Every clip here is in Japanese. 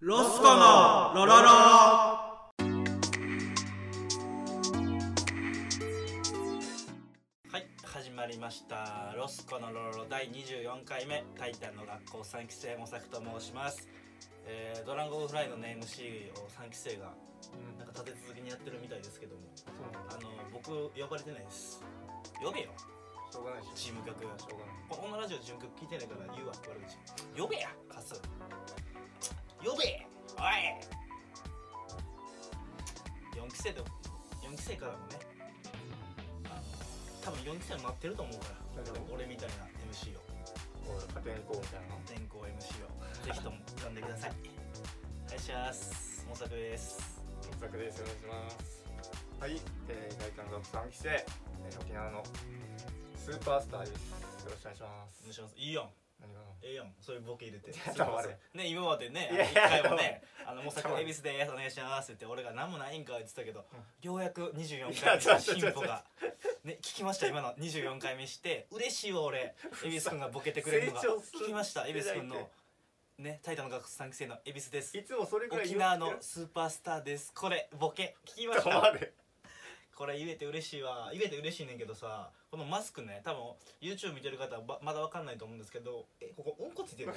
ロスコのロロロはい始まりました「ロスコのロロロ」第24回目「タイタンの学校3期生模索」と申します、えードランゴンフライのね MC を3期生がなんか立て続けにやってるみたいですけどもあの僕呼ばれてないです呼べよしょうがないでしチーム局ょ。しょうがない。ここのラジオ事務局聞いてないから言うわ悪口呼べやカス呼べおい4期生で4期生からもねあの多分4期生も待ってると思うからなるほ俺みたいな MC をこう、家庭にこうみたいな。天候 MC をぜひとも呼んでくださいお願いします大作です作です。お願いします。はい、えー、外観学三期生、えー、沖縄のスーパースターです。よろしくお願いしまお願いす。しますいいやん何がなええやんそういうボケ入れてや黙れね今までねあいのや一いや回もね「あの模索黙れ恵比寿ですお願いします」って言って俺が「何もないんか」言ってたけどうんようやく24いや回ちょ目ちょ進歩がね聞きました今の24回目して嬉しいわ俺恵比寿くんがボケてくれるのが成長す聞きました恵比寿くんしてないっのねタイタンの学生3期生の恵比寿ですいつもそれぐらい沖縄のスーパースターですこれボケ聞きまし止たまれ。これ言えて嬉しいわ言えて嬉しいねんけどさこのマスクね多分 YouTube 見てる方はばまだわかんないと思うんですけどえここうんこついてる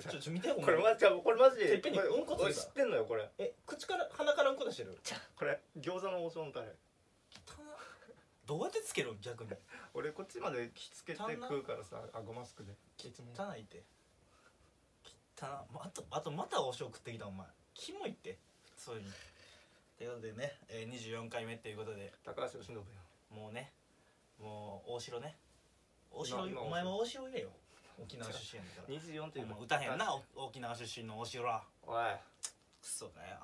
ちょちょ見てここれマジ、これマジ。てっぺんにこれうんこついた俺知ってんのよ、これ。え口から鼻からうんこ出してるこれ、餃子の王将のタレ。汚っどうやってつけるん逆に俺こっちまで着付けて食うからさ、あ、ごマスクで。いつも汚いって汚っまあとあとまたお塩食ってきたお前キモいって普通にということでね、えー、24回目っていうことで高橋由伸よ。もうねもう大城ね大城今今お前も大城入れよ沖縄出身やねん から二十四というお前歌へんなお沖縄出身の大城はおいクソかよ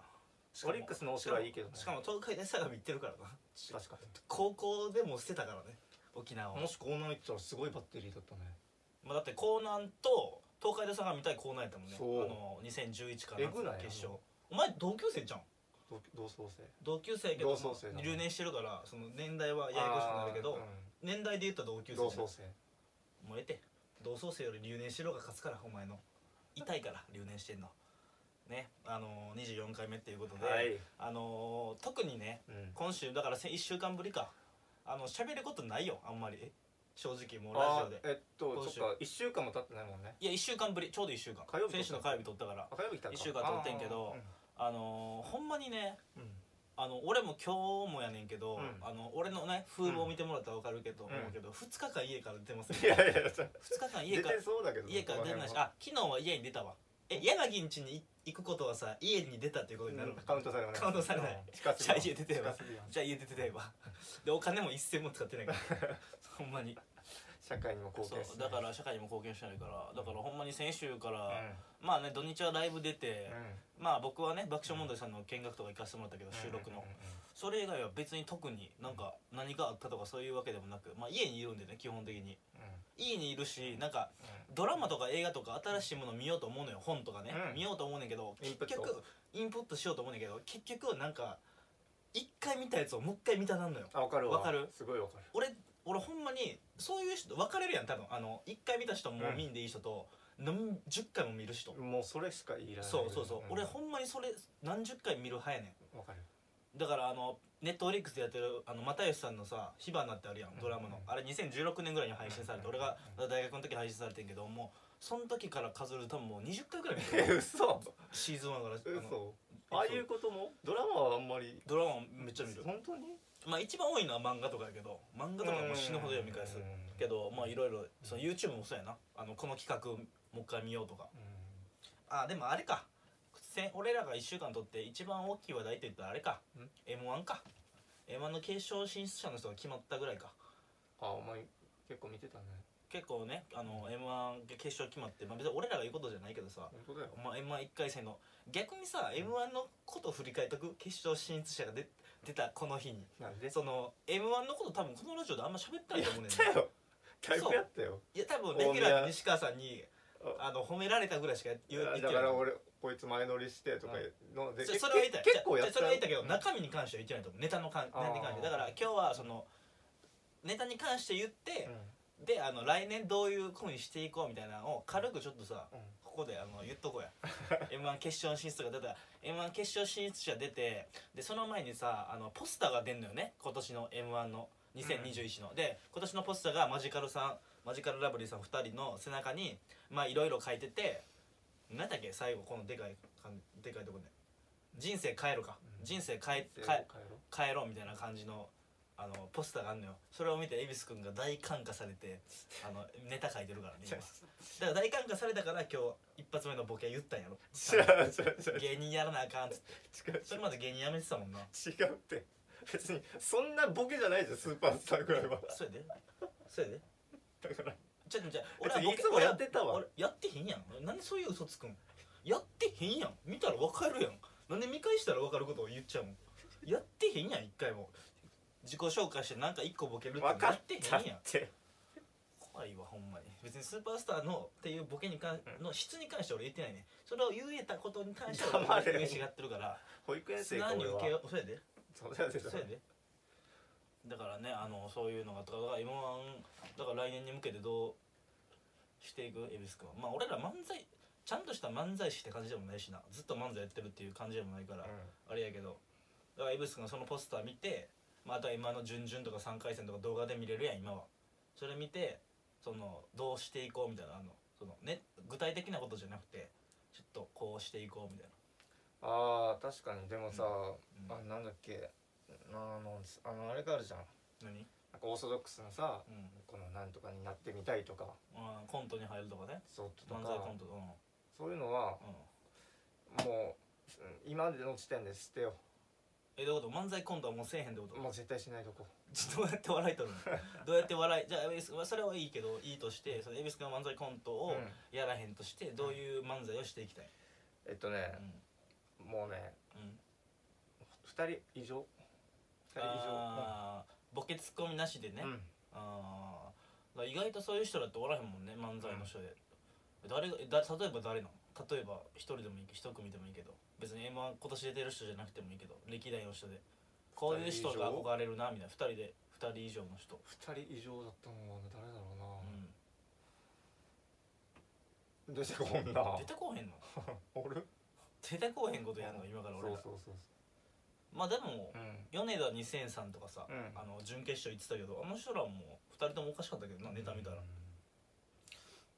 オリックスの大城はいいけどねしかもしかも東海大相模行ってるからな確か高校でも捨てたからね沖縄をにもしこうなったらすごいバッテリーだったねまあ、だって江南と東海大相模対江南やったもんねあそうの2011からえぐない決あ勝のお前同級生じゃん同同窓生同級生やけど同窓生だね留年してるからその年代はややこしくなるけど、あー年代で言ったら同級うん生同じゃん窓生もうええて同窓生より留年しろが勝つからお前の痛いから留年してんのねあのー、24回目っていうことで、はいあのー特にねうん今週だから1週間ぶりかあの喋ることないよあんまり正直もうラジオであーえっと今そ週っか一週間も経ってないもんねいや1週間ぶりちょうど1週間火曜日撮った選手の火曜日撮ったからあ火曜日来たか一週間撮ってんけどあのーほんまにねあーあの俺も今日もやねんけど、うんあの俺のね風貌を見てもらったら分かるけど、うん思うけど2日間家から出てますうんんいやいやちょ2日間家出からてそうだけど家から出てないしこのあ昨日は家に出たわえ柳ん家に行くことはさ家に出たっていうことにな辺る、はうんカウントされないカウントされないうん近すぎじゃある家出てれば近すぎるじゃあ家出てたいわでお金も一銭も使ってないから ほんまに社会にも貢そう献してだから社会にも貢献してないからだからほんまに先週かうら、んまあね土日はライブ出て、うんまあ僕はね爆笑問題さんの見学とか行かせてもらったけど収録の、うんうんうそれ以外は別に特になんか何があったとかそういうわけでもなく、まあ、家にいるんでね基本的にんうん家にいるしなんかドラマとか映画とか新しいもの見ようと思うのよ本とかね、うん見ようと思うねんけどイン結プット局インプットしようと思うねんけど結局なんか一回見たやつをもう一回見たなんのよあわかるわわかるすごいわかる俺俺ほんまにそういう人分かれるやん多分あの一回見た人も見んでいい人と、何十回も見る人、もうそれしか言いられないそうそうそう、ん俺ほんまにそれ何十回見る派やねんわかるだからあのネットフリックスでやってるあの又吉さんのさ「火花」ってあるやんドラマの、うんあれ2016年ぐらいに配信されて、うん俺が大学の時配信されてんけどもうその時から数える多分もう20回ぐらい見てえる嘘シーズン1からあの嘘ああいうこともドラマはあんまりドラマめっちゃ見る本当にまあ一番多いのは漫画とかやけど漫画とかも死ぬほど読み返すうんけどまあいろいろその YouTube もそうやなあのこの企画もう一回見ようとかうあでもあれかせん俺らが1週間とって一番大きい話題って言ったらあれかん m 1か m 1の決勝進出者の人が決まったぐらいかんあお前結構見てたね結構ねあの m 1決勝決まって、まあ、別に俺らが言うことじゃないけどさ、本当だよまあ、m 1 1回戦の逆にさ m 1のことを振り返っとく決勝進出者が出出たこの日になんでその m 1のこと多分このラジオであんま喋ってないと思うねんなだよだいぶやったよいや多分レギュラーの西川さんにあの褒められたぐらいしか言う言ってなだいから俺こいつ前乗りしてとかのでそそれは言いたい結構やっじゃあじゃあそたれは言いたいけど、うん中身に関しては言ってないと思うネタの関あーネタに関してだから今日はそのネタに関して言ってうん、であの来年どういうふうにしていこうみたいなのを軽くちょっとさうんここであの言っとこうや m 1決勝進出が出た m 1決勝進出者出てでその前にさあのポスターが出んのよね今年の m 1の2021の、で今年のポスターがマジカルさんマジカルラブリーさん2人の背中にまあいろいろ書いてて何だっけ最後このでかいかんでかいとこで人生変えろか、うん人生変え帰変えろ帰ろうみたいな感じのあのポスターがあんのよそれを見て恵比寿君が大感化されてあのネタ書いてるからね今だから大感化されたから今日一発目のボケ言ったん やろ違う違う違う違う芸人やらなあかんっつって違うそれまで芸人やめてたもんな違うって別にそんなボケじゃないじゃんスーパースターぐらいはそうやでそうやでだからちょっとじゃあ別はにボいケつもやってたわ俺やってへんやんなんでそういう嘘つくんやってへんやん見たら分かるやんなんで見返したら分かることを言っちゃうもんやってへんやん一回も自己紹介してなんか一個ボケるってや分かっってへたっんやんて怖いわほんまに別にスーパースターのっていうボケに関の質に関しては俺言ってないねそれを言えたことに関しては黙俺れ嬉しがってるから保育園素生か直に俺受はけようそうやでそうだよねそうやでだからねあのそういうのがとかだから m 1だから来年に向けてどうしていく恵比寿君はまあ俺ら漫才ちゃんとした漫才師って感じでもないしなずっと漫才やってるっていう感じでもないから、あれやけどだからエブス君がそのポスター見て、まあ、あとは今の準々とか3回戦とか動画で見れるやん今はそれ見てそのどうしていこうみたいなあのその、ね、具体的なことじゃなくてちょっとこうしていこうみたいあー確かにでもさ、な、うあん、なんだっけあのあのあれがあるじゃん何、うんなんかオーソドックスなさこのなんとかになってみたいとかあーコントに入るとかねそうとか漫才コントうんうんそういうのはもううん今までの時点で捨てよえどういうこと漫才コントはもうせえへんってことうもう絶対しないとこちょっとどうやって笑いとる のどうやって笑いじゃあエビス君はそれはいいけどいいとしてそのエビス君は漫才コントをうんやらへんとして、どういう漫才をしていきたい、えっとうねん、もうねうん2人以上2人以上あーボケツッコミなしでね、うんあーだから意外とそういう人だっておらへんもんね漫才の人で、誰がえだ例えば誰なの例えば一人でもいい一組でもいいけど別に m 1今年出てる人じゃなくてもいいけど歴代の人でこういう人が憧れるなみたいな2人で2人以上の人、 2人以上だったのは誰だろうう、なん出てこんな出 てこうへんのおる出てこうへんことやんの今から俺らそうそうそうまあでもそううん米田2000さんとかさ、うんあの準決勝行ってたけどあの人らも2人ともおかしかったけどなネタ見たら、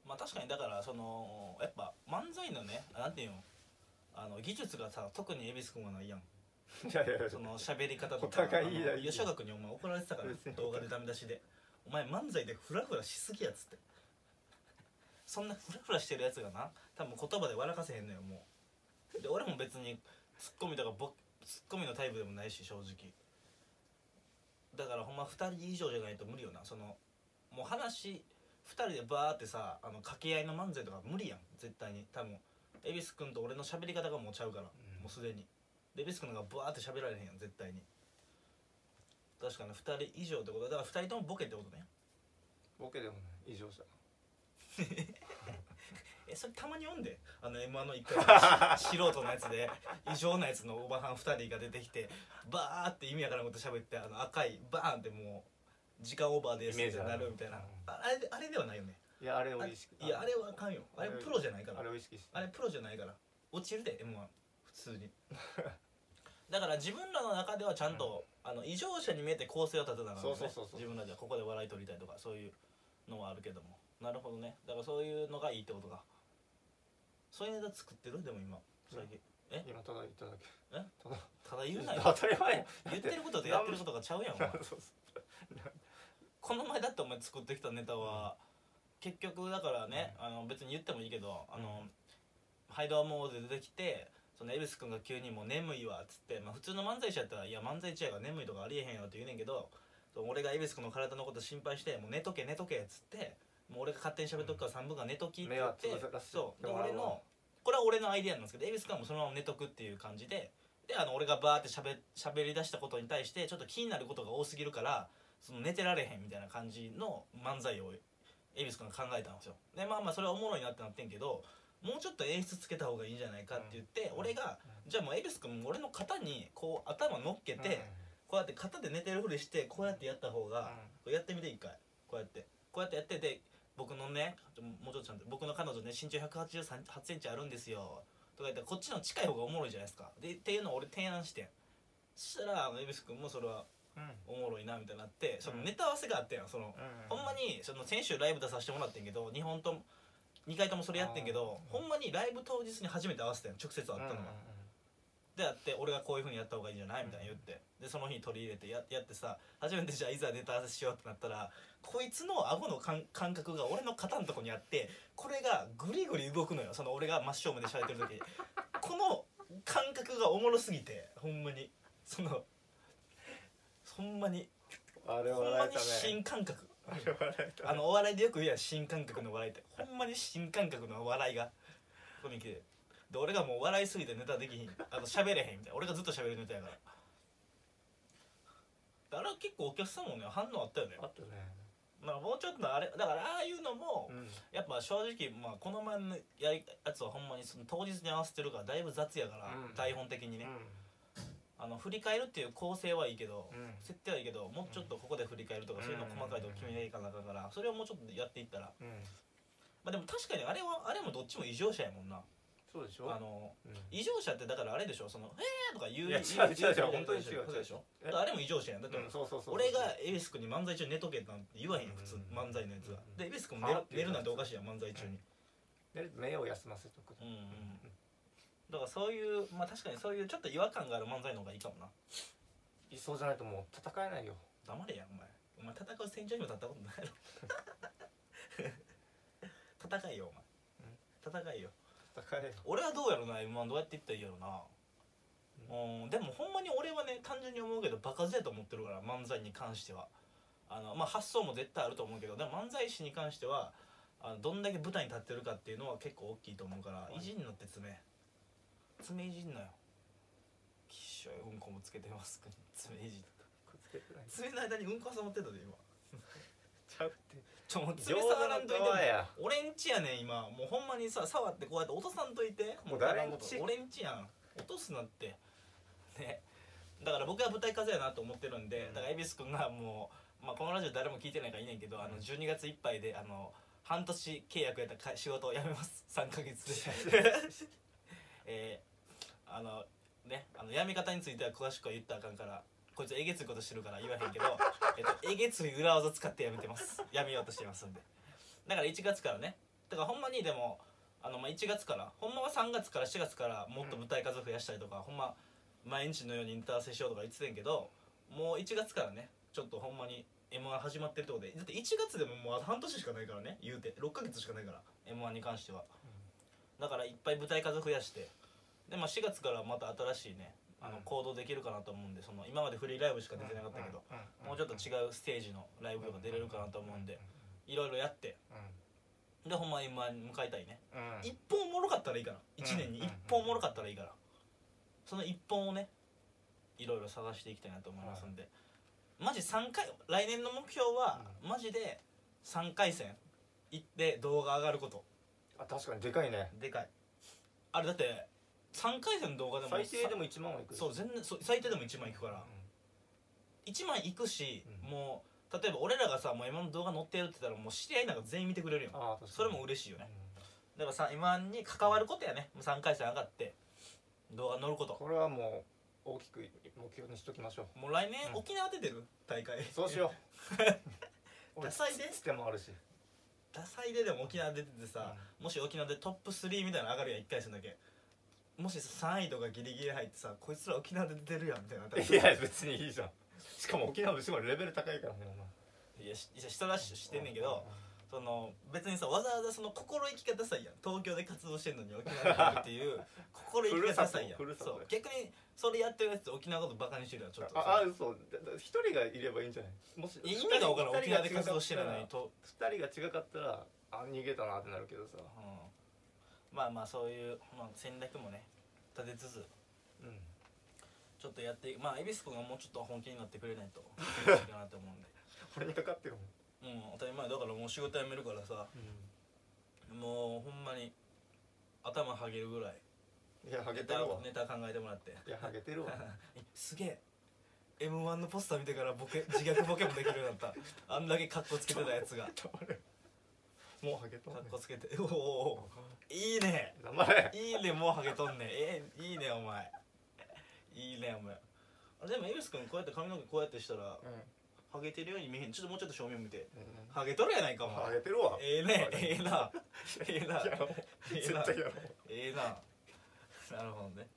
まあ確かにだからそのやっぱ漫才のねなんていうのあの技術がさ特に恵比寿君はないやんいやいやいやそ の喋り方とかお互いいいやあのいいや吉岡君にお前怒られてたから別に動画でダメ出しで「お前漫才でフラフラしすぎや」っつってそんなフラフラしてるやつがな多分言葉で笑かせへんのよもうで俺も別にツッコミとかボツッコミのタイプでもないし正直だからほんま2人以上じゃないと無理よなそのもう話2人でバーってさあの掛け合いの漫才とか無理やん絶対に多分恵比寿君と俺の喋り方がもうちゃうから、うんもうすでにで恵比寿君の方がバーって喋られへんやん絶対に確かに2人以上ってことだから2人ともボケってことねボケでもない以上じゃえそれたまに読んであの m 1の1回の素人のやつで異常なやつのおばはん2人が出てきてバーって意味わからんこと喋ってあの赤いバーンってもう時間オーバーですイメーっジてあるなるみたいなああれであれではないよねいやあれをあ意識いやあれはあかんよあれプロじゃないからあれを意識してあれプロじゃないから落ちるで m 1普通 にだから自分らの中ではちゃんと、あの異常者に見えて構成を立てながら、ね、そうそうそうそう自分らではここで笑い取りたいとかそういうのはあるけどもなるほどねだからそういうのがいいってことかそういうネタ作ってるでも今最近、今ただ言っただけえた だただ言うなよ当たり前や言ってることとやってることがちゃうやんお前そうそうこの前だってお前作ってきたネタは、結局だからね、あの別に言ってもいいけど「あのハイドアモード」で出てきてそのエビス君が急に「もう眠いわ」っつって、まあ、普通の漫才師やったら「いや漫才師やから眠いとかありえへんよ」って言うねんけどその俺がエビス君の体のこと心配して「もう寝とけ寝とけ」っつって「もう俺が勝手に喋っとくから3分間寝とき」って言って目はつぶらせてそうででもあれ俺はのこれは俺のアイディアなんですけどエビス君はもうそのまま寝とくっていう感じで。であの俺がバーってしゃべり出したことに対してちょっと気になることが多すぎるからその寝てられへんみたいな感じの漫才を恵比寿君が考えたんですよでまあまあそれはおもろいなってなってんけどもうちょっと演出つけた方がいいんじゃないかって言って、うん俺がじゃあもう恵比寿君俺の肩にこう頭乗っけて、こうやって肩で寝てるふりしてこうやってやった方が、こうやってみて一回こうやってこうやってやってて僕のねもうちょっとちゃんと僕の彼女ね身長1 8 3ンチあるんですよとか言ったらこっちの近い方がおもろいじゃないですかでっていうのを俺提案してんそしたら蛭子君もそれはうんうんおもろいなみたいになってそのうんネタ合わせがあったやんその、ほんまにその先週ライブ出させてもらってんけど2本とも2回ともそれやってんけどあーほんまにライブ当日に初めて合わせたん直接会ったうのんが、であって俺がこういう風にやった方がいいんじゃないみたいな言ってでその日に取り入れてや やってさ初めてじゃあいざネタ合わせしようってなったらこいつの顎の感感覚が俺の肩のとこにあってこれがグリグリ動くのよその俺が真正面で喋ってる 時この感覚がおもろすぎてほんまにそのほんまにあれほんま笑にえたね新感覚あれ笑えたあのお笑いでよく言うやん新感覚の笑いってほんまに新感覚の笑いがここに来てで俺がもう笑いすぎてネタできひんあの喋れへんみたいな俺がずっと喋るネタやからあれは結構お客さんもね反応あったよねあったねなんかもうちょっとあれだからああいうのもうんやっぱ正直まあこの前のやりやつはほんまにその当日に合わせてるからだいぶ雑やから、うん台本的にうね、んあの振り返るっていう構成はいいけど、うん設定はいいけどもうちょっとここで振り返るとか、うんそういうの細かいとこ決めないかなあかんからそれをもうちょっとやっていったらうんまあでも確かにあれはあれもどっちも異常者やもんなそうでしょあのうん異常者ってだからあれでしょその「えー!」とか言ういや違う言違う違う言本当に違うそうでしょ違うだからあれも異常者やんだってうんそうそうそう俺が恵比寿君に漫才中寝とけなんて言わへんようん普通漫才のやつはうんで恵比寿君も寝はるっていう寝るなんておかしいやん漫才中にね目を休ませとくうんうんだからそういうまあ確かにそういうちょっと違和感がある漫才の方がいいかもないそうじゃないともう戦えないよ黙れやお前お前戦う戦場にも立ったことないやろ 戦いよお前戦いよ戦えよ俺はどうやろな m 1どうやっていったらいいやろなうんでもほんまに俺はね単純に思うけどバカ勢と思ってるから漫才に関してはあのまあ発想も絶対あると思うけどでも漫才師に関してはあのどんだけ舞台に立ってるかっていうのは結構大きいと思うからい意地になって爪爪いじんなよきっしょいうんこもつけてますけど爪いじってくっつけてない爪の間にうんこ挟まってたで今ちゃうってちょもう上爪触らん手といのてドアや俺んちやねん今もうほんまにさ触ってこうやって落とさんといてもう誰んちもう俺んちやん落とすなってねだから僕は舞台風やなと思ってるんで、うんだから恵比寿君がもう、まあ、このラジオ誰も聞いてないからいないけど、あの12月いっぱいであの半年契約やったか仕事を辞めます3ヶ 月 でえーあのねあの辞め方については詳しくは言ったらあかんからこいつえげついことしてるから言わへんけど、えっと、えげつい裏技使ってやめてますやめようとしてますんでだから1月からねだからほんまにでもあのまあ1月からほんまは3月から4月からもっと舞台数増やしたりとか、ほんま毎日のようにインターセしようとか言ってたんやけどもう1月からねちょっとほんまに m 1始まってるってことでだって1月でももうあと半年しかないからね言うて6ヶ月しかないから m 1に関しては、だからいっぱい舞台数増やしてで、まあ、4月からまた新しいねあのうん行動できるかなと思うんでその今までフリーライブしか出てなかったけど、もうちょっと違うステージのライブとか出れるかなと思うんでいろいろやってでほんま m 1に向かいたいねうんうん一本おもろかったらいいからうん1年に一本おもろかったらいいからその一本をねいろいろ探していきたいなと思いますんでマジ3回来年の目標はマジで3回戦行って動画上がることあ確かにでかいねでかいあれだって3回戦の動画でも最低でも1万はいくそう全然そう最低でも1万いくから1万いくしうんもう例えば俺らがさもう今の動画載ってるって言ったらもう知り合いなんか全員見てくれるよああ確かにそれも嬉しいよねだからさ今に関わることやねもう3回戦上がって動画乗ることこれはもう大きく目標にしときましょうもう来年うん沖縄出てる大会そうしよ うダサいでつてもあるしダサいででも沖縄出ててさ、もし沖縄でトップ3みたいなの上がるやん1回戦だけもしさ3位とかギリギリ入ってさこいつら沖縄で出てるやんみたいなうんいや別にいいじゃんしかも沖縄の人もレベル高いからねいやしいや人らしくしてんねんけどその別にさわざわざその心意気がダサいやん東京で活動してんのに沖縄に行くっていう心意気がダサいやんふるさとそう逆にそれやってるやつ沖縄のことバカにしてるやんちょっとああ嘘だだ一人がいればいいんじゃないもし意味が分からん二沖人が縄で活動してるのにと違かったら二人が違かったらあ逃げたなってなるけどさうんまあまあそういう、まあ、戦略もね立てつつうんちょっとやっていくまあ恵比寿君がもうちょっと本気になってくれ ないと難しいかなと思うんでこれにかかってるもんうん当たり前だからもう仕事辞めるからさもうほんまに頭はげるぐらいいやハゲネてタるわネタ考えてもらっていやハゲてるわすげえ m 1のポスター見てからボケ自虐ボケもできるようになったあんだけカッコつけてたやつがもうハゲとんかねっんこつけておおーいいね頑張れいいねもうハゲとんねんえいいねお前いいねお前あれでも恵比寿君こうやって髪の毛こうやってしたらうんハゲてるように見えへんちょっともうちょっと正面見てうんハゲとるやないかおハ前ゲてるわええねええなええなやろうええ絶な対やろうええななるほどね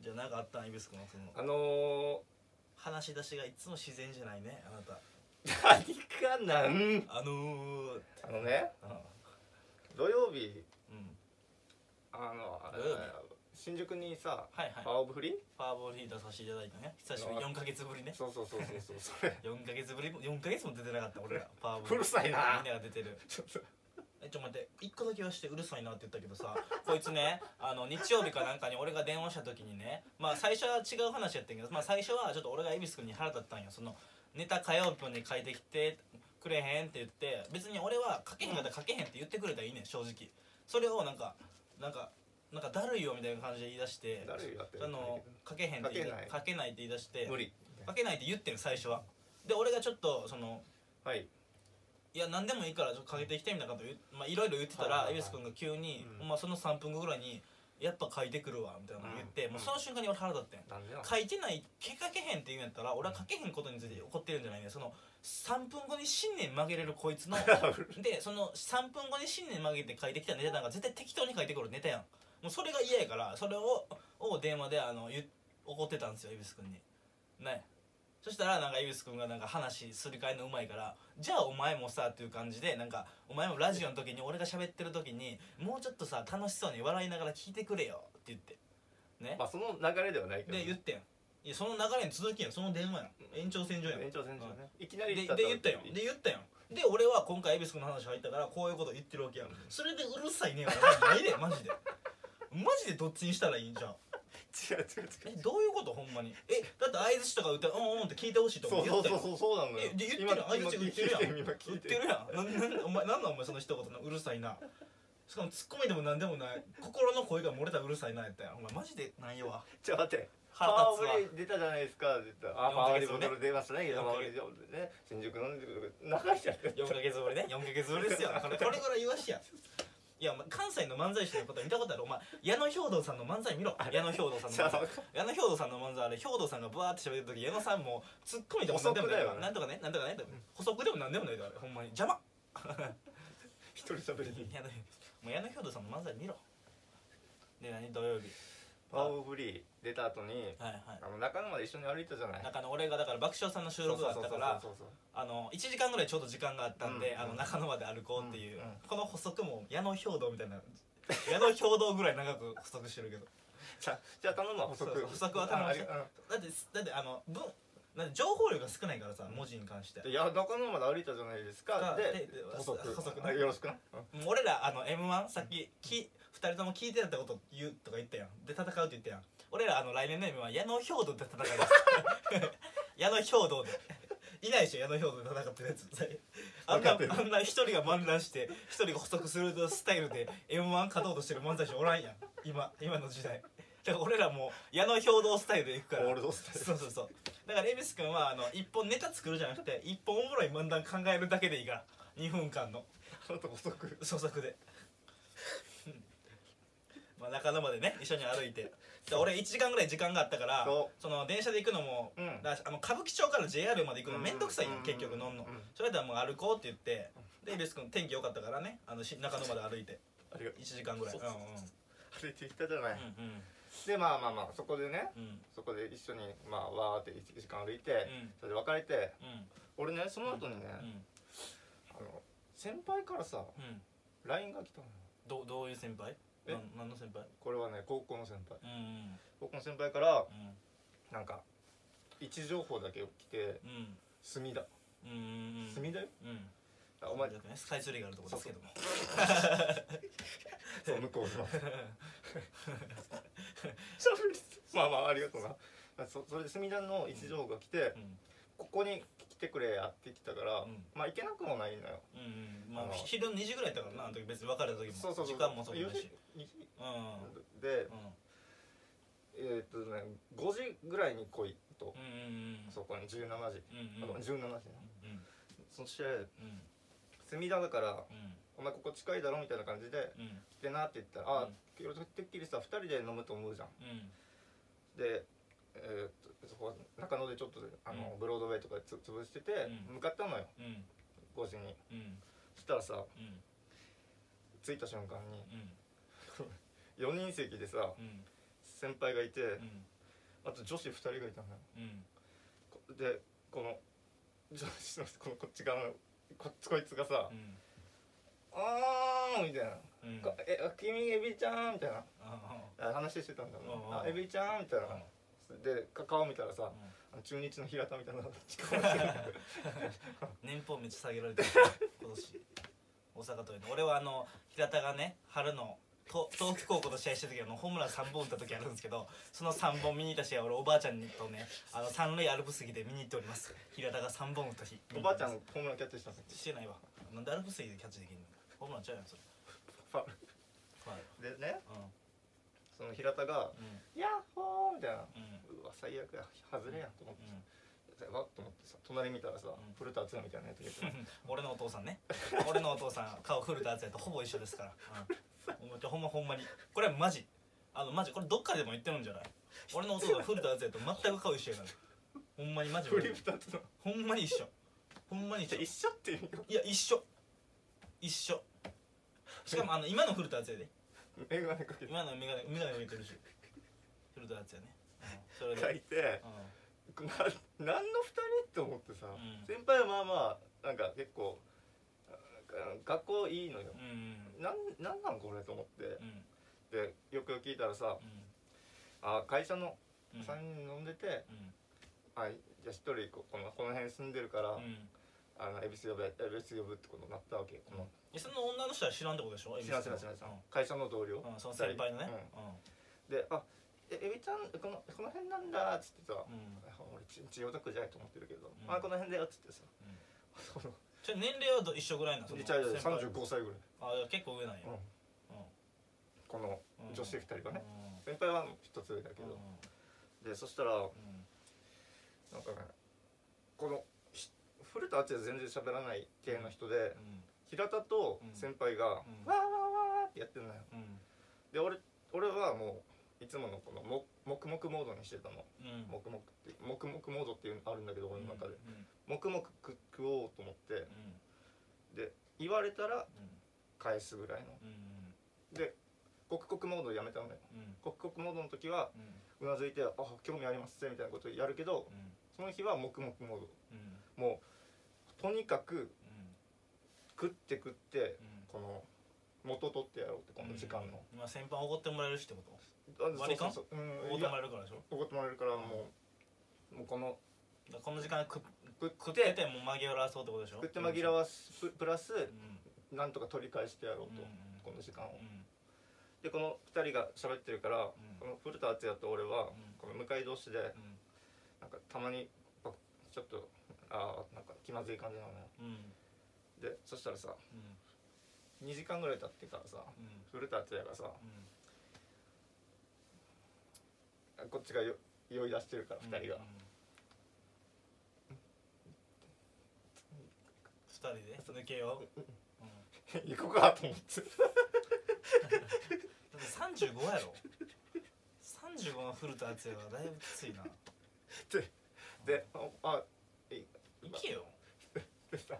じゃあ何かあったん恵比寿君のそのあの話し出しがいつも自然じゃないねあなたー、 何かなんあのーあのね土曜日うんあのあれ土曜日新宿にさはいはい青ぶりパワーボールリーダーさせていただいたね久しぶり4ヶ月ぶりねそうそうそうそうそうそれ4ヶ月ぶりも4ヶ月も出てなかった俺らパワーボー うルるさいなみんなが出てるえちょっと待って1個だけはしてうるさいなって言ったけどさ こいつねあの日曜日かなんかに俺が電話した時にねまあ最初は違う話やったんやけど、まあ、最初はちょっと俺が恵比寿君に腹立ったんよそのネタ火曜日に書いてきてくれへんって言って別に俺は書けへんかったら書けへんって言ってくれたらいいねん正直それをなんかなんかなんかだるいよみたいな感じで言い出して誰やってるその書けへんって言い書けない出書けないって言い出して無理書けないって言ってん最初はで俺がちょっとそのはいいや何でもいいからちょっとかけてきてみたいなこと言うまあいろいろ言ってたらはいはいはい恵比寿君が急に、うんまあ、その3分後ぐらいに「やっぱ書いてくるわ」みたいなこと言って、うんもうその瞬間に俺腹立ってんなんでな書いてないけかけへんって言うんやったら俺は書けへんことについて怒ってるんじゃないねその3分後に信念曲げれるこいつのでその3分後に信念曲げて書いてきたネタなんか絶対適当に書いてくるネタやんもうそれが嫌やからそれをを電話であの言っ怒ってたんですよ恵比寿君にねそしたらなんか恵比寿君がなんか話すり替えのうまいから「じゃあお前もさ」っていう感じでなんかお前もラジオの時に俺が喋ってる時にもうちょっとさ楽しそうに笑いながら聞いてくれよって言ってね まあその流れではないけどで言ってんいやその流れに続きやんその電話やん延長線上やん延長線上ねいきなでりで行言ったよで言ったよで俺は今回恵比寿君の話入ったからこういうこと言ってるわけやんうんそれでうるさいねんマジでマジでマジでどっちにしたらいいんじゃん 違う違う違えうどういうことほんまにえだって相槌とか打って「うんうん」って聞いてほしいとそ思うってそ言っうたよそうそうそうなのよえで言ってるやん相槌打ってるやん今売聞っいててるるやんなんなんお前なんなんお前その一言のうるさいなしかもツッコミでもなんでもない心の声が漏れたうるさいなやったやんお前マジでなんやわちょ待ってパ腹立ワーつわブレイ出たじゃないですかって言ったらあ四パワヶーブレイ月後ねボトル出ましたね四パヶワ月ーブレイね新宿飲んでくる中しちゃって4ヶ月ぶりね4ヶ月ぶり ですよこれこれぐらい言わしやいやお前関西の漫才師のこと見たことあるお前矢野兵道さんの漫才見ろ矢野兵道さんのじゃ漫才あ矢野兵道さんの漫才あれ兵道さんがバーって喋ってる時矢野さんもツッコミでもなんでもない補足だよねなんとかねなんとかね補足でもなんでもないだろほんまに邪 魔一人喋りに矢野もう矢野兵道さんの漫才見ろで何土曜日パワーブレイ出た後にはいはいあの中野まで一緒に歩いたじゃない中野俺がだから爆笑さんの収録があったからそうそうそうそうあの1時間ぐらいちょうど時間があったんで、うんあの中野まで歩こうっていう、うんうんこの補足も矢野兵道みたいな矢野兵道ぐらい長く補足してるけどじゃあじゃあ頼むわ補足そうそう補足は頼むあありうんだってだってあの文だって情報量が少ないからさ文字に関してでいや中野まで歩いたじゃないですかあででで補足補足ねあよろしくなうんもう俺らあの m 1さっきき2人とも聞いてたってこと言うとか言ったやんで戦うって言ったやん俺らあの来年の m 1矢野兵道で戦います 矢野兵道でいないでしょ矢野兵道で戦ってるやつ あん分かってるなあんな一人が漫談して一人が補足するスタイルで m 1勝とうとしてる漫才師おらんやん今今の時代だから俺らもう矢野兵道スタイルでいくからオールドスタイルそうそうそうだから恵比寿君はあの一本ネタ作るじゃなくて一本おもろい漫談考えるだけでいいから2分間のあと補足創作でうんまあ中野までね一緒に歩いてで俺1時間ぐらい時間があったからそその電車で行くのも、うんだしあの歌舞伎町から JR まで行くの面倒くさいよ、うん結局乗んの、うんそれだったらもう歩こうって言ってで恵比寿君天気良かったからねあのし中野まで歩いてありが1時間ぐらいうんうん歩いてきたじゃないうんでまあまあまあそこでねうんうんそこで一緒にまあわーって1時間歩いて、それで別れてう俺ねその後にね、んうんあの先輩からさうん LINE が来たのよどどういう先輩えなん何の先輩これはね高校の先輩うんうん高校の先輩からうんなんか位置情報だけ来てうん「墨田うんうんうん墨田ようんあお前ねスカイツリーがあるとこですけどもそう 向こうの 喋りすまあまあありがとうなそそれで墨田の位置情報が来て、うんここに来てくれやってきたから、うんまあ行けなくもないのようんうんまああの昼2時ぐらいだからなあの時別に別れた時もそうそうそう時間もそうだ四し時二時うんうんで、えーっとね5時ぐらいに来いうと、んうんうんそこに17時、うんうんあうん17時なうんそしてうん墨田だからうお前ここ近いだろみたいな感じでんうん来てなって言ったうらあんてっきりさ2人で飲むと思うじゃんうんでえーっとそこ中野でちょっとあの、うんブロードウェイとかでつ潰してて、うん向かったのようん5時にうんそしたらさうん着いた瞬間にうん4人席でさうん先輩がいて、うんあと女子2人がいたのようんこでこの女子のこのこっち側のこっちこいつがさ「うんあー」みたいなうん「こえあ君エビちゃん」みたいなああ話してたんだうんうんな「あエビちゃん」みたいあなでか顔見たらさうんあの中日の平田みたいな 近くに年俸めっちゃ下げられてる 今年大阪桐蔭の俺はあの平田がね春のと東北高校と試合してる時あのホームラン3本打った時あるんですけどその3本見に行った試合俺おばあちゃんとねあの三塁アルプス着で見に行っております平田が3本打った日おばあちゃんホームランキャッチしたんですしてないわなんでアルプス着でキャッチできんのホームランちゃうやんそれファウはいルでねうんその平田がうん「ヤッホー!」みたいなうんうわ最悪や外れやんと思ってうんさわっと思ってさ隣見たらさん古田敦也みたいなやつがいてね 俺のお父さんね俺のお父さん顔古田敦也とほぼ一緒ですから、うん、ほんまほんまにこれはマジあのマジこれどっかでも言ってるんじゃない俺のお父さん古田敦也と全く顔一緒やからほんまにマジフリップタとのほんまに一緒ほんまに一緒一緒っていう よいや一緒一緒しかもあの今の古田敦也で眼鏡かけて今の眼鏡眼鏡向いてるし古田敦也ね、うん、それ書で、いてうん な何の二人って思ってさうん先輩はまあまあなんか結構あなんか学校いいのようんうんなんなんなんこれと思ってうんでよくよく聞いたらさうあ会社のんうん3人飲んでてうんはいじゃあ1人ここのこの辺住んでるからうんあの恵比寿呼べ恵比寿呼ぶってことになったわけよこのえその女の人は知らんってことでしょ知らん知らん知らん知らん会社の同僚うん、その先輩のね二人うんで「あえエビちゃんこのこの辺なんだ」っつってさうん、うん、あ俺ち千代田区じゃないと思ってるけど、んあこの辺だよっつってさ、そのちょ年齢はど一緒ぐらいなんちゃう三十五。五歳ぐらい、あじゃあ結構上なんや、うんうんこのうん女子二人がね、うん先輩は一つ上だけど、でそしたらなんうんかねこのひ古田敦也全然喋らない系の人で、うん平田と先輩が、わんーわーわーってやってんのようんで俺俺はもういつものこのも黙々モードにしてたのうん黙々って黙々モードっていうのあるんだけど俺の中で、うん黙々食食おうと思ってうんで言われたらうん返すぐらいのうんで刻々モードやめたのようん刻々モードの時はうんうんうなずいて「あ興味ありますみたいなことやるけどうんその日は黙々モーうんドもうとにかくうん食って食ってうんこの元取ってやろうってこの時間の、今先輩おごってもらえるしってことあ割り勘そうそうそうおごうっんてもらえるいやからでしょだかおごってもらえるからもうもうこのらこの時間食食っ食っててても紛らわそうってことでしょ食って紛らわすププラスうんなんとか取り返してやろうと、うんうんこの時間をうんでこの2人が喋ってるから、んこの古田敦也と俺は、うんこの向かい同士でうんなんかたまにばちょっとあーなんか気まずい感じなのようんでそしたらさうん2時間ぐらい経ってからさうん古田敦也がさうんこっちがよ酔い出してるから2人が、 2人で抜けよう、うん、行こうかと 思ってでも35やろ35の古田敦也はだいぶきついなでああいい行けよでさ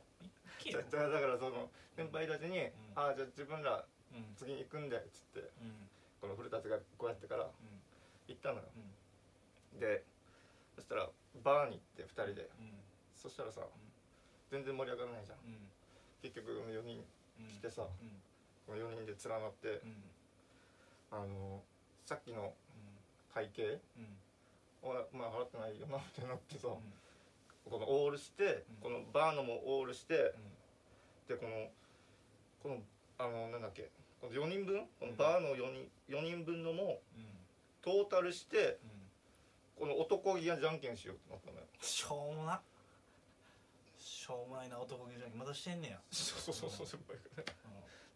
行けだよだだからその先輩たちに「ああじゃあ自分らうんうん次に行くんだよ」っつってうんこの古田敦也がこうやってから行ったのようんでそしたらバーに行って2人でうんそしたらさ全然盛り上がらないじゃんうん結局この4人うん来てさうんこの4人で連なってうんあのさっきの会計うんうんおまあ払ってないよなってなってさうんこのオールしてうんこのバーのもオールしてうんでこのこのあのなんだっけこの4人分このバーの4人4人分のもうんトータルしてうんこの男気がじゃんけんしようってなったのよしょうもなしょうもないな男気じゃんけんまだしてんねや、そうそうそう先輩がね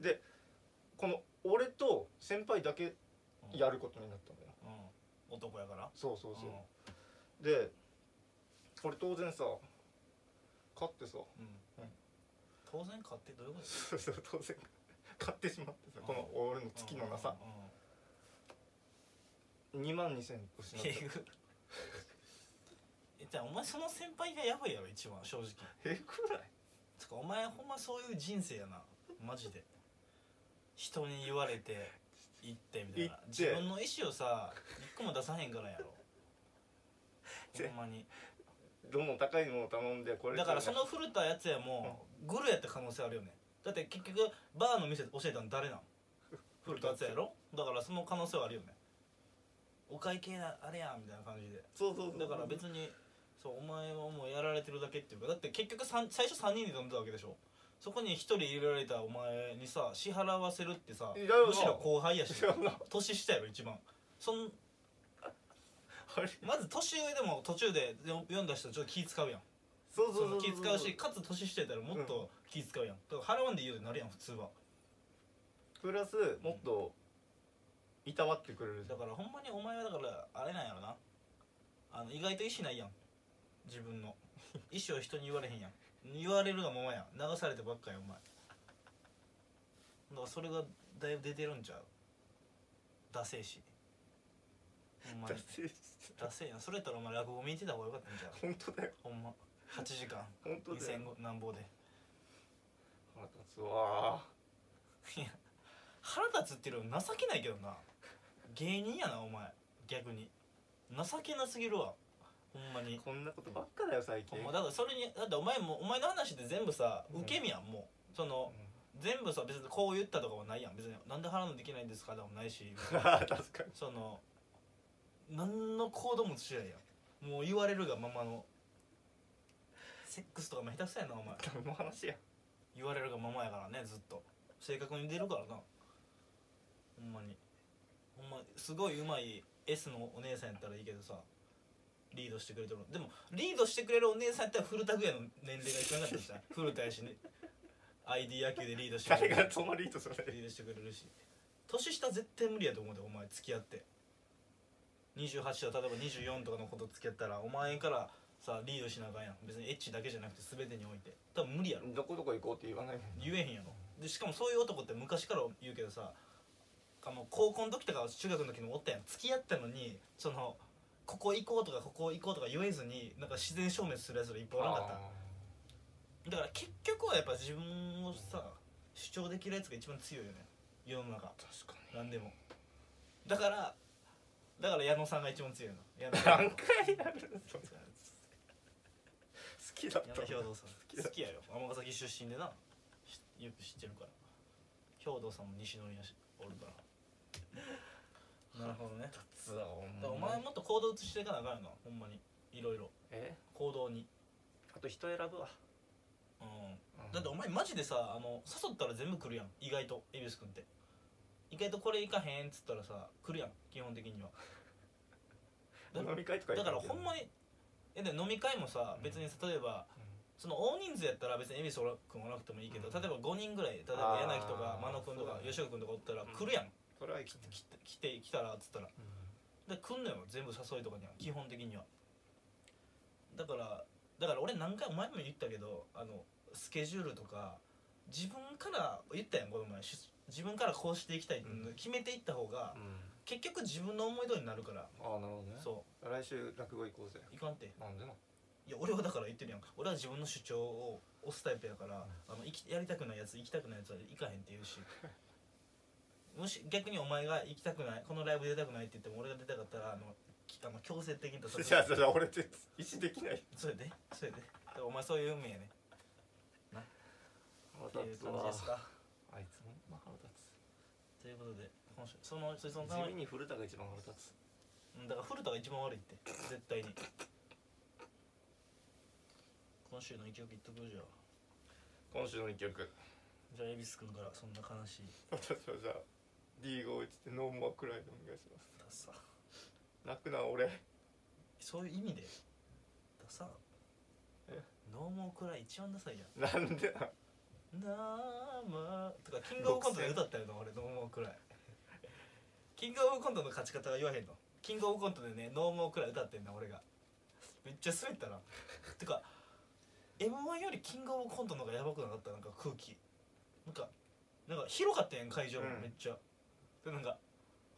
うんこの俺と先輩だけうんやることになったのようん、男やからそうそううんそうでこれ当然さ勝ってさうん、うん当然買ってどういうこと そうそう当然買ってしまってさこの俺の月のなさうんうんうん2万2000円失っえたぐ えじゃあお前その先輩がやばいやろ一番正直えぐらいつかお前ほんまそういう人生やなマジで人に言われて行ってみたいな行って自分の意思をさ一個も出さへんからやろ ぜほんまにどうも高いものを頼んでこれだからそねの古田やつやもグルやった可能性あるよねだって結局バーの店教えたの 誰なん古田やつやろだからその可能性はあるよねお会計なあれやんみたいな感じでそうそうそうだから別にそうお前はもうやられてるだけっていうかだって結局さん最初3人で飲んでたわけでしょそこに1人入れられたお前にさ支払わせるってさいやいやむしろ後輩やしいやいや年下やろ一番そんあれまず年上でも途中でよ読んだ人ちょっと気使うやんそうそそうそのう気使うしかつ年下やったらもっと気使うやんだから払わんでいいよってなるやん普通はプラスもっといたわってくれるじだゃんからほんまにお前はだからあれなんやろなあの意外と意思ないやん自分の意思を人に言われへんやん言われるがままやん流されてばっかやお前だからそれがだいぶ出てるんちゃうダセえしほんまに達成しダセえやんそれやったらお前落語見てた方がよかったんちゃう本当だよほんま8時間本当だよ2000何ぼで腹立つわいや腹立つっていうのは情けないけどな芸人やなお前逆に情けなすぎるわほんまにこんなことばっかだよ最ほ近んまだからそれにだってお前もお前の話で全部さうん受け身やんもうその全部さ別にこう言ったとかはないやん別になんで払うのできないんですかでもないしうん確か にその何の行動もしないやんもう言われるがままのセックスとかも下手くそやなお前何の話や言われるがままやからねずっと正確に出るからなほんまにほんますごいうまい S のお姉さんやったらいいけどさリードしてくれてるのでもリードしてくれるお姉さんやったら古田ぐらいの年齢がいかなかったり したら古田やしね ID 野球でリードしてく誰れがるそのリードするリードしてくれるし年下絶対無理やと思うでお前付き合って28と例えば24とかのこと付き合ったらお前からさリードしなあかんやん別にエッチだけじゃなくて全てにおいて多分無理やろどこどこ行こうって言わないもん言えへんやろでしかもそういう男って昔から言うけどさあの高校の時とか中学の時もおったやん付き合ったのにそのここ行こうとかここ行こうとか言えずになんか自然消滅するやつらいっぱいおらんかっあただから結局はやっぱ自分をさ主張できるやつが一番強いよね世の中ー確何でもだからだから矢野さんが一番強いの矢野かさんに何好回やるの好きだっ矢た野兵の道さきんだ好きやよ尼崎出身でなしよく知ってるから兵道さんも西乗りやしおる からなるほどねつわほんだからおま前もっと行動移していかなあかんよなほんまにいろいろえ行動にあと人選ぶわうんだってお前マジでさあの誘ったら全部来るやん意外と恵比寿君って意外とこれ行かへんっつったらさ来るやん基本的に はだ飲み会とか行だくからほんまにえで飲み会もさ別に例えば、その大人数やったら別に恵比寿君おらなくてもいいけど、うん例えば5人ぐらい例えばあー柳とか真野君とそうかだね吉岡君とかおったらうん来るやん、それは行き来て来て来たらっつったらで来んのよ全部誘いとかには基本的にはだからだから俺何回お前も言ったけどあのスケジュールとか自分から言ったやんこの前し自分からこうしていきたいっていうのを決めていった方が、結局自分の思い通りになるから、ああなるほどねそ来週落語行こうぜういかんてなん でないや俺はだから言ってるやん俺は自分の主張を押すタイプやから、あの行きやりたくないやつ行きたくないやつは行かへんって言うしもし逆にお前が行きたくないこのライブ出たくないって言っても俺が出たかったらあのきあの強制的に出さ じゃあそれ俺って意思できないそれでそれででお前そういう運命やねっていう感じですかあいつもまあ腹立つということで今週そのそいつのた地め味にに古田が一番腹立つうんだから古田が一番悪いって絶対に今週の一曲言っとくじゃあ今週の一曲じゃあ恵比寿君からそんな悲しい私はじゃあ D51 でノーモアクライでお願いしますダサ泣くな俺そういう意味でダサえノーモークライ一番ダサいやなんでなんんなーまーとかキングオブコントで歌ったよな俺ノーモークライキングオブコントの勝ち方が言わへんのキングオブコントでねノーモークライ歌ってんな俺がめっちゃ滑ったなてか m 1よりキングオブコントの方がやばくなかったなんか空気なんかなんか広かったやん会場もうんめっちゃ、でなんか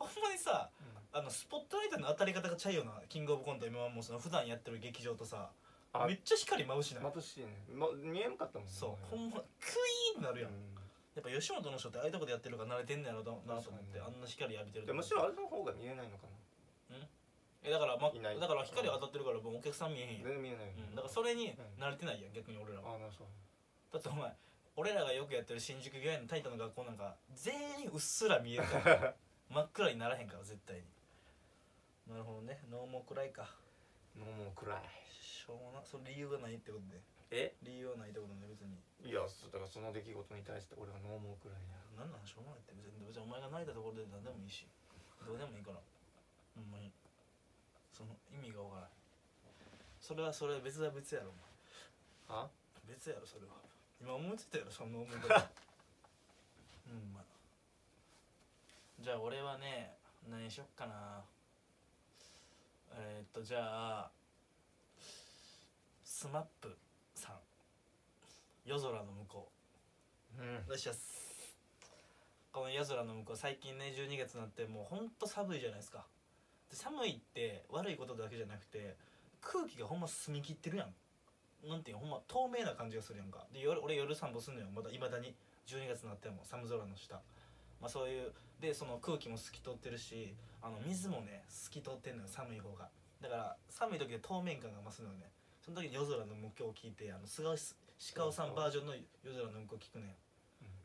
ほんまにさあのスポットライトの当たり方がちゃいよなキングオブコント m 1もその普段やってる劇場とさあめっちゃ光眩しない、眩しいね、ま、見えんかったもんねそうほうんんまクイーンなるやん、やっぱ吉本の人ってああいうとこでやってるから慣れてんねやろなと思ってあ確かにんな光浴びてるでとむしろあれの方が見えないのかなえだから、ま、いないだから光当たってるからもうお客さん見えへんやん、全然見えないよね、うん、だからそれに慣れてないやん逆に俺らはあなそうだってお前俺らがよくやってる新宿御苑のタイタの学校なんか全員うっすら見えるから 真っ暗にならへんから絶対になるほどね脳も暗いかもうもう暗いしょうもなそれ理由がないってことでえ理由はないってことね別にいやそだからその出来事に対して俺はノーモーくらいやなんなんしょうもないって別に別にお前が泣いたところで何でもいいしどうでもいいからほんまにその意味がわからないそれはそれは別は別やろおは前別やろそれは今思いついたやろその思い方 うんまあじゃあ俺はね何しよっかなえー、っとじゃあスマップさん夜空の向こううんよっしゃっすこの夜空の向こう最近ね12月になってもうほんと寒いじゃないですかで寒いって悪いことだけじゃなくて空気がほんま澄み切ってるやんなんていうのほんま透明な感じがするやんかで夜俺夜散歩すんのよまだいまだに12月になっても寒空の下まあそういうでその空気も透き通ってるしあの水もね透き通ってんのよ寒い方がだから寒い時で透明感が増すのよねその時に夜空の向こうを聞いてあの菅尾し鹿尾さんバージョンの夜空の向こう聞くのよ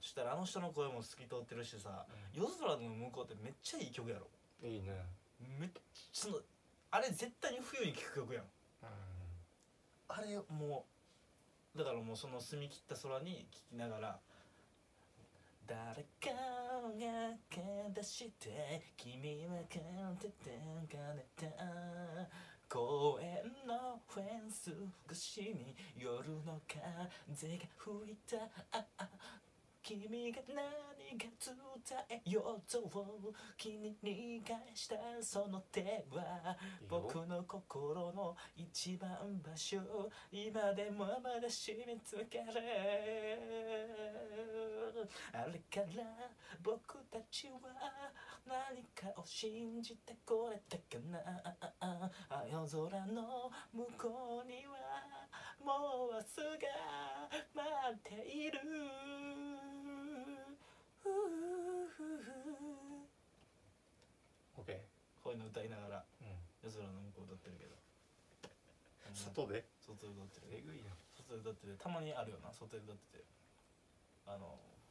そしたらあの人の声も透き通ってるしさ「夜空の向こう」ってめっちゃいい曲やろいいねめっちゃあれ絶対に冬に聴く曲やんうあれもうだからもうその澄み切った空に聴きながら「誰かが駆け出して君は勝手てかれた」公園のフェンス越しに夜の風が吹いたああ君が何が伝えようと君に返したその手はいいよ僕の心の一番場所今でもまだ締め付けるあれから僕たちは何かを信じてこれたかなあ夜空の向こうにはもう明日が待っているふうふうふうん OK、こういうの歌いながらうん、夜空の向こう歌ってるけど外で外で歌ってるえぐいな外で歌っててたまにあるよな外で歌っててあの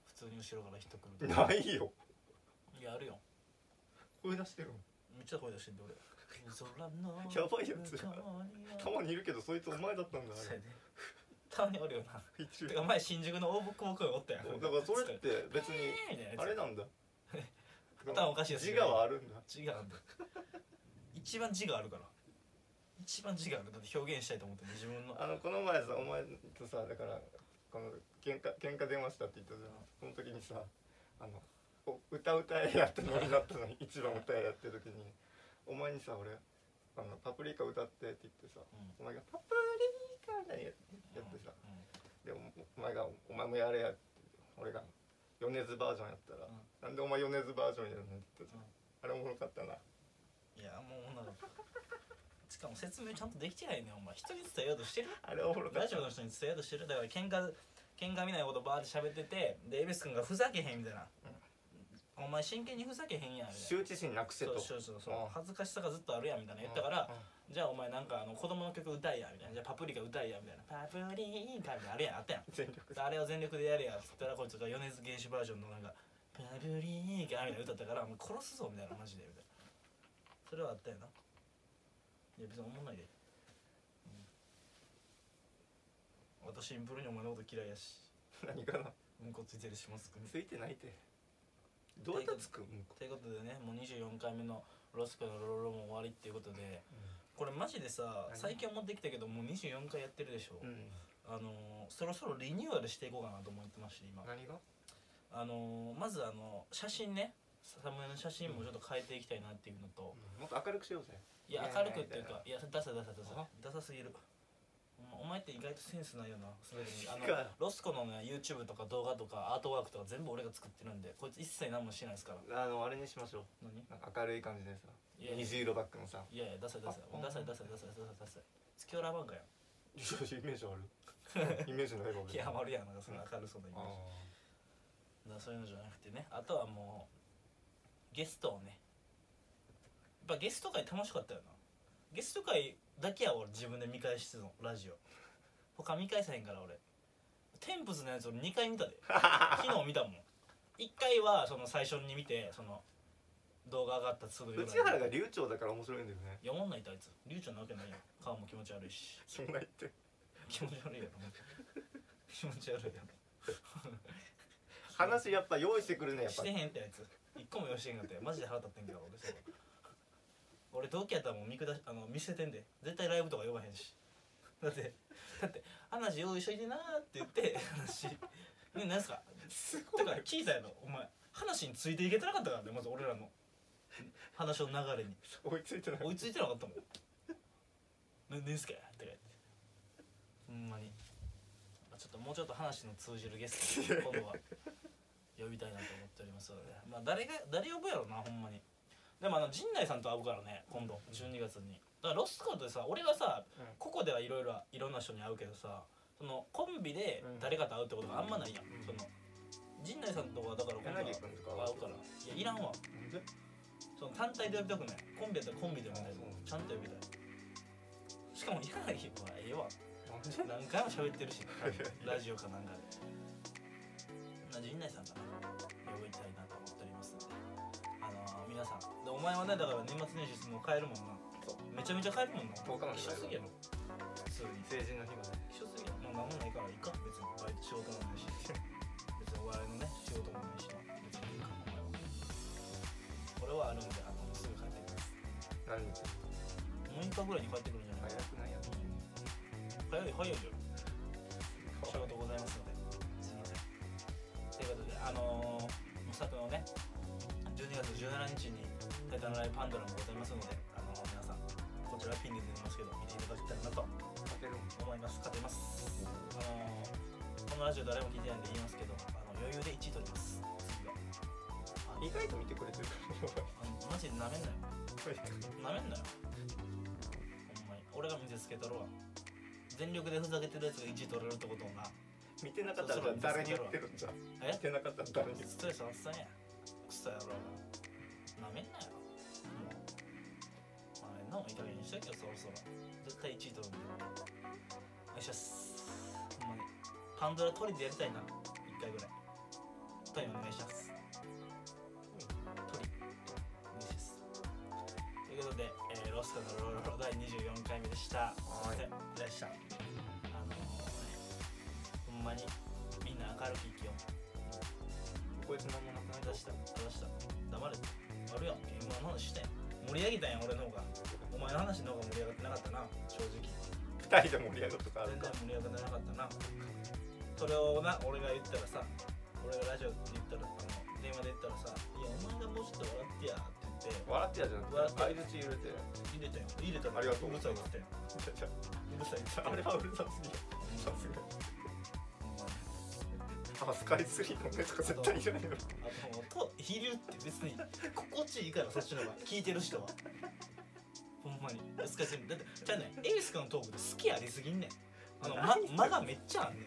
普通に後ろから人来るとか ないよいやあるよ声出してるもんめっちゃ声出してんで俺夜空のやばいやつ向こうにはたまにいるけどそいつお前だったんだそうあやれねたまにおるよな一応てか前新宿の大久保君おったやんだからそれって別えにーみたいなやつあれなんだ 頭おかしいやつ自我はあるんだ違うんだ一番字があるから一番字があるだって表現したいと思ってる自分のあのこの前さお前とさだからこの喧嘩喧嘩電話したって言ったじゃんその時にさあのお歌歌えやってのになったのに 一番歌えやってる時にお前にさ俺あの「パプリカ歌って」って言ってさうんお前が「パプリカ」みたいにややってさでおお前が「お前もやれや」って俺が米津バージョンやったらうん「なんでお前米津バージョンやるの?」って言ったじゃんうんあれおもろかったなうんいやもう女の子しかも説明ちゃんとできてないねお前人に伝えようとしてるあれおもろかラっジたオの人に伝えようとしてるだから喧嘩喧嘩見ないことバーって喋っててで恵比寿君がふざけへんみたいな、お前真剣にふざけへんやんみたいな羞恥心なくせそうとそうそうそううん恥ずかしさがずっとあるやんみたいな言ったから、じゃあお前なんかあの子供の曲歌いやみたいなじゃあパプリカ歌いやみたいなパプリカみたいなあれやんあったやん全力あれを全力でやれやっつったらこいつが米津玄師バージョンのなんか「パブリーガ」みたいな歌ったから「もう殺すぞ」みたいなマジでみたいなそれはあったよないや別に思んないで、うん、私シンプルにお前のこと嫌いやし何かなうんこついてるしますくんついてないってどうやってつくうんこということでねもう24回目の「ロスコのロロ」も終わりっていうことでこれマジでさ何最近思ってきたけどもう24回やってるでしょ、うんあのーそろそろリニューアルしていこうかなと思ってまして今何があのーまずあの写真ねサムネの写真もちょっと変えていきたいなっていうのと、もっと明るくしようぜいやいや明るくっていうかないやダサダサダサあダサすぎるお前って意外とセンスないよな滑るの違あうのロスコのね YouTube とか動画とかアートワークとか全部俺が作ってるんでこいつ一切何もしてないですからあのあれにしましょう何いなんか明るい感じでさやいやい虹色バックのさやいや出せ出せあ出せ出せ出せ出せ出せ月夜ラバンかよイメージあ るイメージないわ気ハマるやんなんかその明るそうなイメージだかあらそういうのじゃなくてねあとはもうゲストをねやっぱゲスト会楽しかったよなゲスト会だけは俺自分で見返してたのラジオ他見返さへんから俺テンプスのやつ俺2回見 たで昨日見たもん1回はその最初に見てその動画上がったすぐーぐらい内原が流暢だから面白いんだよね読まんないとあいつ流暢なわけないやん顔も気持ち悪いしそんな言って気持ち悪いやろ気持ち悪いやろ話やっぱ用意してくるねやっしぱてへんってやつ一個も用意してへんかったよマジで腹立ってんけど俺そう俺同期やったらもう見下しあの見せてんで絶対ライブとか呼ばへんしだってだって話用意しといてなーって言って話ね何すかすとか聞いたやろお前話についていけてなかったからねまず俺らの話の流れに追いついてない追いついてなかったもん「な何すか?」とか言ってほんまにちょっともうちょっと話の通じるゲストを今度は呼びたいなと思っておりますので、まあ、誰が誰呼ぶやろなほんまにでもあの陣内さんと会うからね今度12月にだからロスカートでさ俺がさ、うんここではいろいろいろんな人に会うけどさそのコンビで誰かと会うってことがあんまないやん、その陣内さんとはだから今度は柳会くんとかはうからいやいらんわなんでその単体で呼びたくないコンビやったらコンビで呼びたいあそうちゃんと呼びたいしかもいらないよええわなん何で回も喋ってる しラジオかなんかでな陣内さんかな呼びたいなと思っておりますのであのー、皆さんでお前はねだから年末年始もう帰るもんなそうめちゃめちゃ帰るもんな10日まで一帰緒るすぎやろ普通に成人の日がね一緒すぎやろもう何もないからいいか別にバイト仕事もないし別にお笑いのね仕事もないしな別にいいかお前は俺はあるのであのすぐ帰ってきます何日6日ぐらいに帰ってくるんじゃない早くないやつ早い早いよ仕事ございますのですいませんということであのー、無作のね12月17日に「タイタンライブパンドラ」もございますので、あのー皆さんこちらピンで出てますけど見ていただけたらなと勝てるもん思います勝てますあのー、このラジオ誰も聞いてないんで言いますけどあの余裕で1位取ります次はあの意外と見てくれてるからあのマジでなめんなよなめんなよほんまに俺が見せつけたるわ全力でふざけてるやつが1位取れるってことをな見てなかったら誰に言ってるんじゃえ見てなかったら誰に言ってストレス発散やクソやろなめんなよもうまあなもいい加減にしとけよそろそろ絶対1位取るんだよお願いしますほんまにパンドラ取りでやりたいな1回ぐらい取りお願いします取りお願いしますということで、えーロスカのロロロロ第24回目でしたはいすいませんでしたあのー、ほんまにみんな明るく生きようこいつ何もなくな出いした出した黙れあるやん M−1 の話したやん盛り上げたやん俺の方がお前の話の方が盛り上がってなかったな正直二人で盛り上がるとかある全か然盛り上がってなかったなそれをな俺が言ったらさ俺がラジオで言ったらあの電話で言ったらさ「いやお前がもうちょっと笑ってや」って言って笑ってやじゃん笑って相槌入入れれてたよ入れたのありがとううるさいって言ったようるさいって言ったあれはうるさすぎさすがあスカイツリーの上とか絶対いらないよあともうと昼って別に心地いいからそっちの方が聞いてる人はほんまにスカイツリーだってじゃあねエリスカのトークで好きありすぎんねんあの、ま、間がめっちゃあんねん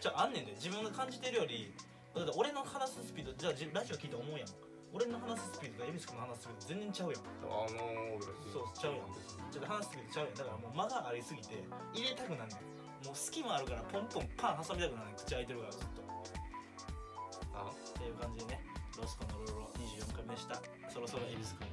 じゃああんねんで自分が感じてるよりだって俺の話すスピードじゃあじラジオ聞いて思うやん俺の話すスピードとエリスカの話すスピード全然ちゃうやんあのー、そうちゃうやんちょっと話すスピードちゃうやんだからもう間がありすぎて入れたくなんねんもう隙間あるからポンポンパン挟みたくなんねん口開いてるからずっとあっていう感じでねロスコのロロロ24回目でしたそろそろ恵比寿君